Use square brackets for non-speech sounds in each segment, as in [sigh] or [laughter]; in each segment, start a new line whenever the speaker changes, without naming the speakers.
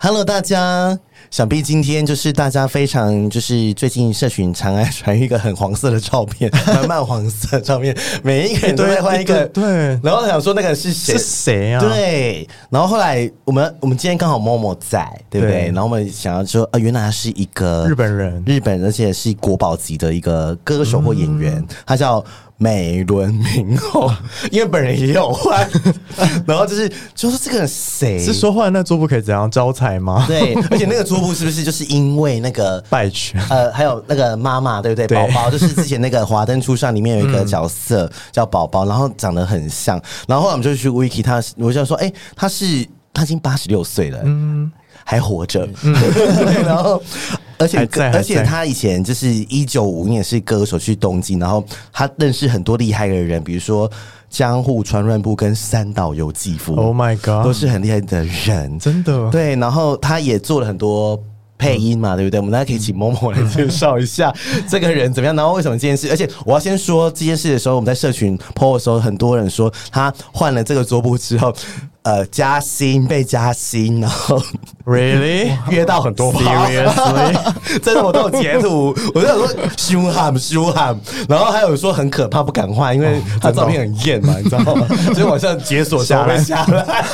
Hello，大家，想必今天就是大家非常就是最近社群长安传一个很黄色的
[laughs]
照片，慢慢黄色的照片，每一个人都在换一个，
对，
然后想说那个是
是？
谁
谁啊？，
对，然后后来我们我们今天刚好默默在，对不对？
对
然后我们想要说，啊，原来他是一个
日本人
日本而且是国宝级的一个歌手或演
嗯
员，他叫美轮明宏，因为本人也有换， [laughs] 然后就是就说这个人谁
是说换那桌布可以怎样招财吗？
[laughs] 对，而且那个桌布是不是就是因为那个
败犬。
呃，还有那个妈妈，对不对？
对嗯
宝宝 [laughs] 就是之前那个《华灯初上》里面有一个角色、叫宝宝，然后长得很像。然后后来我们就去 Wiki，他我就想说，哎、他是他已经八十六岁了、
嗯，
还活着， [laughs] 对然后。
还
而且
在还
而且
在
他以前就是一九五年是歌手去东京，然后他认识很多厉害的人，比如说江户川乱步跟三岛由纪夫
Oh my
都
god！
是很厉害的人。
真的，
对，然后他也做了很多。配音嘛，对不对？我们大家可以请某某来介绍一下这个人怎么样，然后为什么这件事。而且我要先说这件事的时候，我们在社群 PO 的时候，很多人说他换了这个桌布之后，呃，加薪被加薪，然后
，Really？
[laughs] 约到很多炮 [laughs]
Seriously？
真的我都有截图，我就想说凶悍凶悍，然后还有说很可怕不敢换，因为他照片很艳嘛，你知道吗？所以晚上解锁下来下来。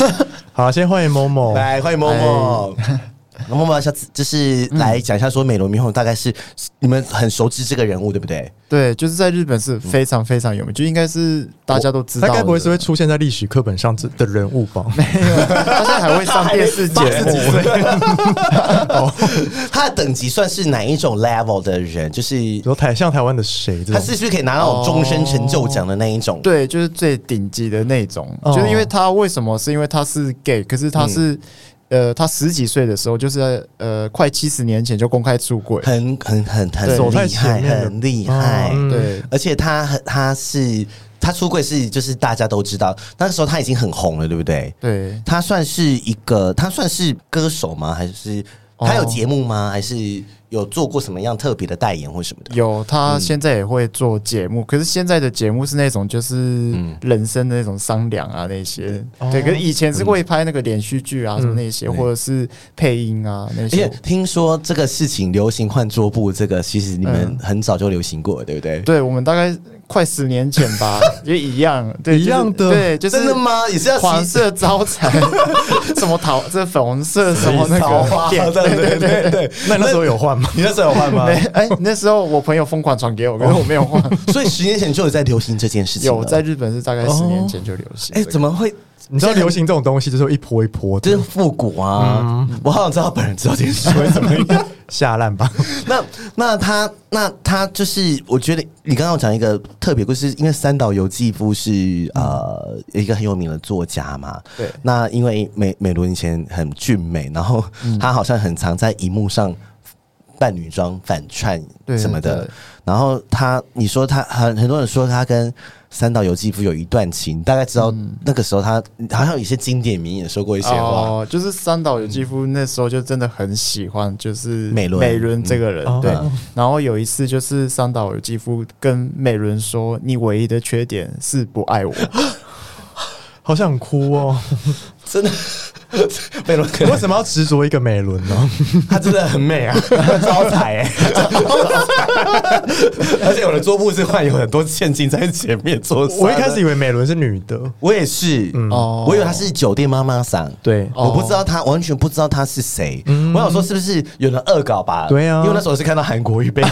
好，先欢迎某某。
来，欢迎默默。哦哎 [laughs] 那默默，下次就是来讲一下，说美罗明宏大概是你们很熟知这个人物，对不对？
对，就是在日本
嗯
是非常非常有名，就应该是大家都知道
他
的。
该不会
[laughs]
是会出现在历史课本上这的人物吧？
他现在还会上电视节
八十几
[laughs]
目？
他的等级算是哪一种 level 的人？就是
有台像台湾的谁？这
他
种
是不是可以拿到终身成就奖的那一种？，
对，就是最顶级的那种。
哦嗯
就是因为他为什么？是因为他是 gay，可是他是、呃，他十几岁的时候，就是呃，快七十年前就公开出轨。
很很很
对
很
走太
厉害，
前面了
很厉害。
嗯
对，
而且他很他是他出柜是就是大家都知道，那时候他已经很红了，对不对？
对，
他算是一个，他算是歌手吗？还是他有
哦
节目吗？还是有做过什么样特别的代言或什么的？
有他现在也会做节
嗯
目，可是现在的节目是那种就是人生的那种商量啊那些。
哦嗯
对，可是以前是会拍那个连续剧啊、什么那些，
对
或者是配音啊那
而且
些。
听说这个事情流行换桌布，这个其实你们
嗯
很早就流行过了，对不对？
对，我们大概快十年前
[laughs]
吧，也一样，对，
一样
就是
的
对，就是
真的吗？也是要
黄
洗
色招
[laughs]
财，什么桃，这粉红色什么那
桃 [laughs] 花这
个
样对
点，
对对。
[laughs] 那你那时候有换吗？
你那时候有换吗？
没哎，那时候我朋友疯狂传给我，可是我
哦
没有换。
所以十年前就有在流行这件事情了。
有在日本是大概十年前就流
啊
行。
哎，怎
么？
么会？
你知道流行这种东西就是一波一波
就
的
是复古啊！我好想知道本人知道这件事会怎么
[laughs]
样。
下烂吧？
那那他那他就是，我觉得你刚刚有讲一个特别故事，因为三岛由纪夫是呃一个很有名的作家嘛。
嗯对
那因为美美伦以前很俊美，然后
嗯
她好像很常在荧幕上扮女装、反串
对
什么的
对。
然后她，你说她很很多人说她跟三岛由纪夫有一段情，大概知道
嗯
那个时候她好像有一些经典名言说过一些话。
哦，就是三岛由纪夫那时候就真的很喜欢，就是
美伦
美伦这个人
嗯。
对
哦，
然后有一次就是三岛由纪夫跟美伦说：“你唯一的缺点是不爱我。”
好想哭哦！
真的， [laughs]
[laughs]
美伦可
为
能
什么要执着一个美轮呢？
她真的很美啊， [laughs] 招财哎、 [laughs] 而且我的桌布是换有很多现金在前面做。
我一开始以为美轮是女的，
我也是， [laughs]
哦
我以为她是酒店妈妈桑。
对嗯
哦
我不知道他，完全不知道他是谁。我想说是不是有人恶搞吧？
对啊
因为那时候是看到韩国语被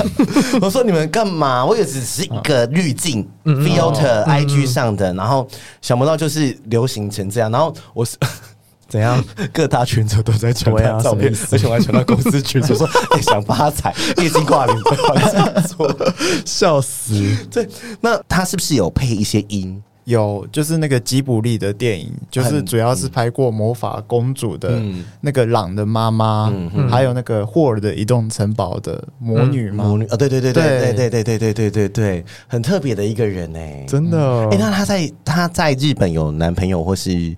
[laughs] 我说你们干嘛？我以为只是一个滤镜
嗯
filter IG 上的，然后想不到就是流行成这样。然后我是
[laughs] 怎样？
[laughs] 各大群组都在传
对
他
啊
照
什么
片
意，思
而且我还传到公司群
[laughs]
组说哎想发财，业绩挂零，不要这样做。
[laughs] 笑死！
对，那他是不是有配一些音？
有就是那个吉卜力的电影，就是
很
主要是拍过《魔法公主》的
嗯
那个朗的妈妈
嗯，
嗯
还有那个霍尔的移动城堡的魔女嘛
魔。女啊，对对对对
对
对对对对对对对对，很特别的一个人哎、
真的。
哎、那他在他在日本有男朋友或是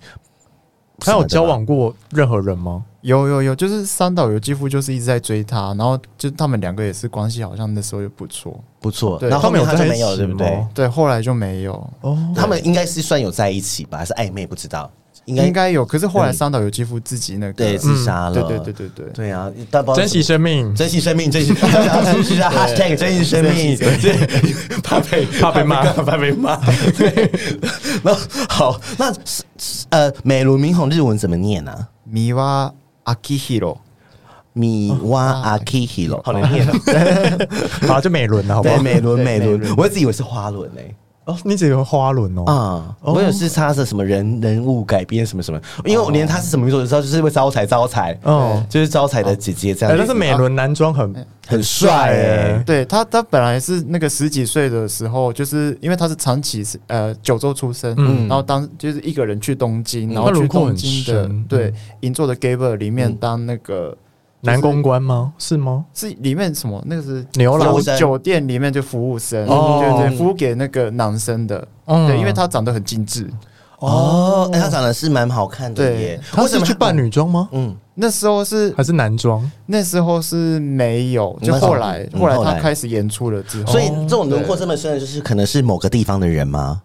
他有交往过任何人吗？
有有有，就是三岛由纪夫就是一直在追她，然后就他们两个也是关系好像那时候也不错，
不错，
对
然后后面他就
在一
没
起
有，对不对
吗？？
对，后来就没有，
哦，
他们应该是算有在一起吧，还是暧昧？不知道，应该
应该有，可是后来
对
三岛由纪夫自己那个，
对自杀了、
对对对对对，
对啊，但不知道
珍惜生 [laughs] 命，
珍惜生命，珍惜 [laughs] 珍惜 hashtag 珍惜生命，对， [laughs] 怕被
[laughs] 怕被骂
怕
[laughs]
被骂。对， [laughs] 那好，那是是呃，美轮明宏日文怎么念呢、啊？
米哇阿基 hero，
米哇阿 k i h i r o 哦好难念啊！
好，就美轮了，好不
对，
好？
美轮
对
美
美
轮
轮，
我一直以为是花轮诶、
哦，你只有花轮哦。
啊，我有是他的什么人人物改编什么什么，因为我连他是什么名字我知道，就是会招财招财，
哦，
就是招财的姐姐这
哎，
样
但
子，
是美轮男装很
很帅诶、
[laughs] 对他他本来是那个十几岁的时候，就是因为他是长崎是呃九州出生，
嗯
然后当就是一个人去东京，
嗯
然后
他轮
去
廓
东
很
京的
深
对
嗯
银座的 gay bar 里面
嗯
当那个
男公关吗？是吗？
是里面什么那个是
牛
服
郎
务
酒
生
酒店里面就服务生，
哦
对对，服务给那个男生的，
嗯
对，因为他长得很精致。
哦，哎、他长得是蛮好看的
对
耶，
他
为什
是
么
去扮？女装吗？
嗯，
那时候是
还是男装？
那时候是没有，就
那时候
后来
嗯
后来
后来
他开始演出了之后，
所以这种轮廓这么深的，就是可能是某个地方的人吗？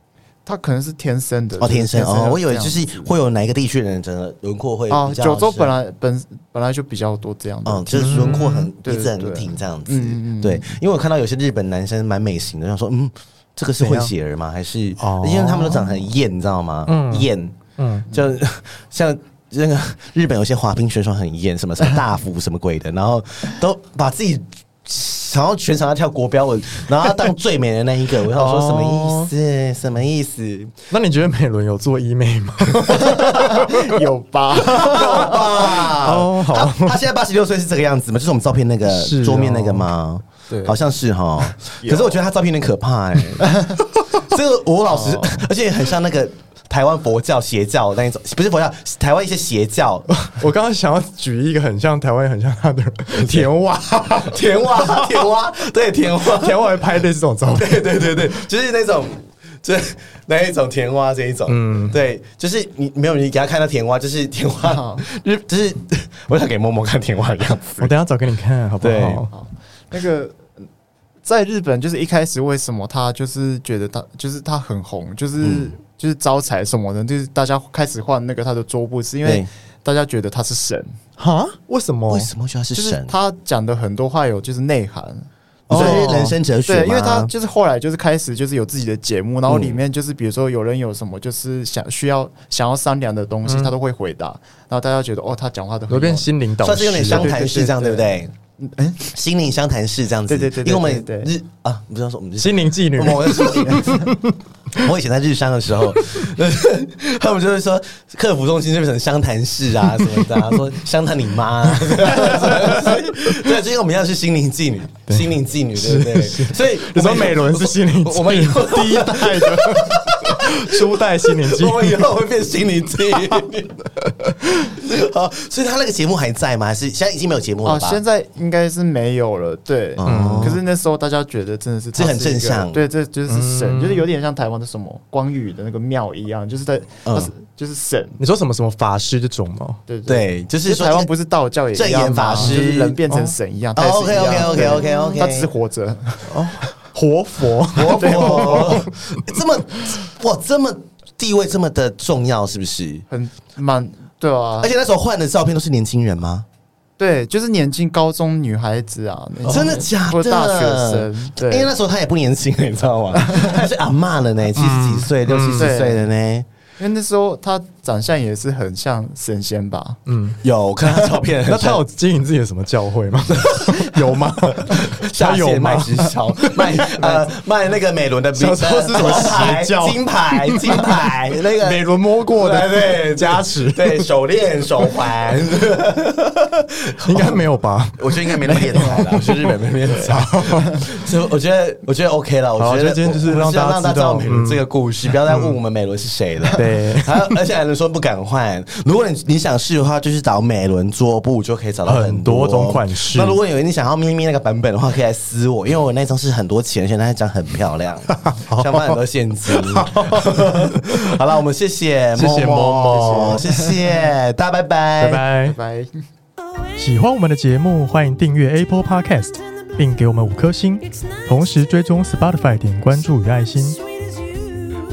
他可能是天生的
哦，天生哦，我以为
这样
就是会有哪一个地区的人真的轮廓会
啊，
比较
九州
深
本来本本来就比较多这样的，
嗯，就是轮廓很
对
一直很
对
挺这样子
嗯嗯，嗯
对，因为我看到有些日本男生蛮美型的，想说嗯。这个是混血儿吗？还是
哦
因为他们都长得很艳，你知道吗？
嗯
艳
嗯，
就 [laughs] 像那个日本有些滑冰选手很艳，什么什么大福什么鬼的，然后都把自己想要全场要跳国标舞，然后要当最美的那一个，我想说什么意思？什么意思？
那你觉得美轮有做医美吗？
有吧？
哇！
哦好
他，他现在八十六岁是这个样子吗？就是我们照片那个
是哦
桌面那个吗？
对
好像是 [laughs] 哈。
有
可是我觉得他照片有点可怕哎、 [laughs] 这个我老实，而且很像那个台湾佛教邪教那一种，不是佛教，是台湾一些邪 [laughs] 教
我刚刚想要举一个很像台湾很像他的人田 [laughs] 蛙，
甜蛙 [laughs] 甜蛙，对甜蛙，
田蛙会拍类似这种照片。
[laughs] 对对对对，就是那种。就是那一种甜蛙这一种，嗯，对，就是你没有你给他看到甜蛙，就是甜蛙
好，
日 [laughs] 就是我想给默默看甜蛙的样子，
我等一下找给你看好不
对
好？
好， [laughs] 那个嗯在日本就是一开始为什么他就是觉得他就是他很红，就是、
嗯
就是招财什么的，就是大家开始换那个他的桌布，是因为
对
大家觉得他是神，
哈？为什么
为？什么觉得他是
就是
神？
他讲的很多话有就是内涵。
你说
哦
是人生哲学吗
对，因为他就是后来就是开始就是有自己的节目，然后里面就是比如说有人有什么就是想需要想要商量的东西，他都会回答，然后大家觉得哦，他讲话都很
有
有
变心灵导师，
算是嗯有点相谈式这样，对
对
不
对
对？嗯，心灵相谈式这样子，
对对对
因
对
为我们
对对
日啊，不要说我们是。
心灵妓女
我。们我是 [laughs] 我以前在日商的时候， [laughs] 他们就会说客服中心就变成商谈室啊什么的、啊，说商谈你妈、啊， [laughs] 对，所以我们要是心灵妓女，心灵妓女，对不对？所以
你说美轮是心灵妓女，
我们以后
[laughs] 第一代
[laughs]
的初代心灵妓
我们
女
以后会变心灵妓女。 [laughs] 好，所以他那个节目还在吗？还是现在已经没有节目
啊，
了吧？
现在应该是没有了，对，
哦
嗯。可是那时候大家觉得真的是
这
它
很
是一个
正向
对，这就是神，
嗯
就是有点像台湾的什么光宇的那个庙一样，就是在
嗯
它是就是神，
你说什么什么法师这种吗？
对对。
对，就是
就
说
台湾不是道教也一
正言
样
法
吗？
师哦
就是人变成神一样，他也是一样
OK，OK，OK，OK，OK
他只是活着， [laughs]
活
[laughs]
佛，
活佛 [laughs] 这么哇，这么地位这么的重要，是不是？
很蛮对啊
而，且那时候换的照片都是年轻人吗？
对，就是年轻高中女孩子啊，那种
真的假
或
的？
者大学生，对，
因为那时候他也不年轻了，你知道吗？他是阿嬷了呢，七十几岁、六七十岁了呢。
因为那时候他长相也是很像神仙吧？
嗯，，
有看他照片
[laughs] 那他有经营自己的什么教会
[laughs]
吗？有吗？
下
他有
线
吗
卖直销，卖呃卖那个美轮的呃
想说是什么
牌、
邪教
金牌、金牌那个
美轮摸过
对
的，
对
加持
对手链、手环，
应该没有吧？
我觉得应该没那么敛财了，我去日本没敛财， [laughs] 所以我觉得我觉得 OK 了。
好
我觉
我觉
得
得今天就是
我
让
我希望
大家
让大家
知
知
道嗯
道美伦这个故事，不要再问我们美伦是谁了。 [laughs]
对
还有而且还能说不敢换。如果你你想试的话，就是找美伦桌布就可以找到
很多种款式
那如果有你想要咪咪那个版本的话，可以来私我，因为我那张是很多钱，而且那张很漂
[laughs]
亮，想买很多现金。 [laughs] 好了，我们谢谢
谢谢
默，谢谢大家，拜拜
拜。拜
拜。拜。
喜欢我们的节目，欢迎订阅 Apple Podcast，并给我们五颗星，同时追踪 Spotify 点关注与爱心。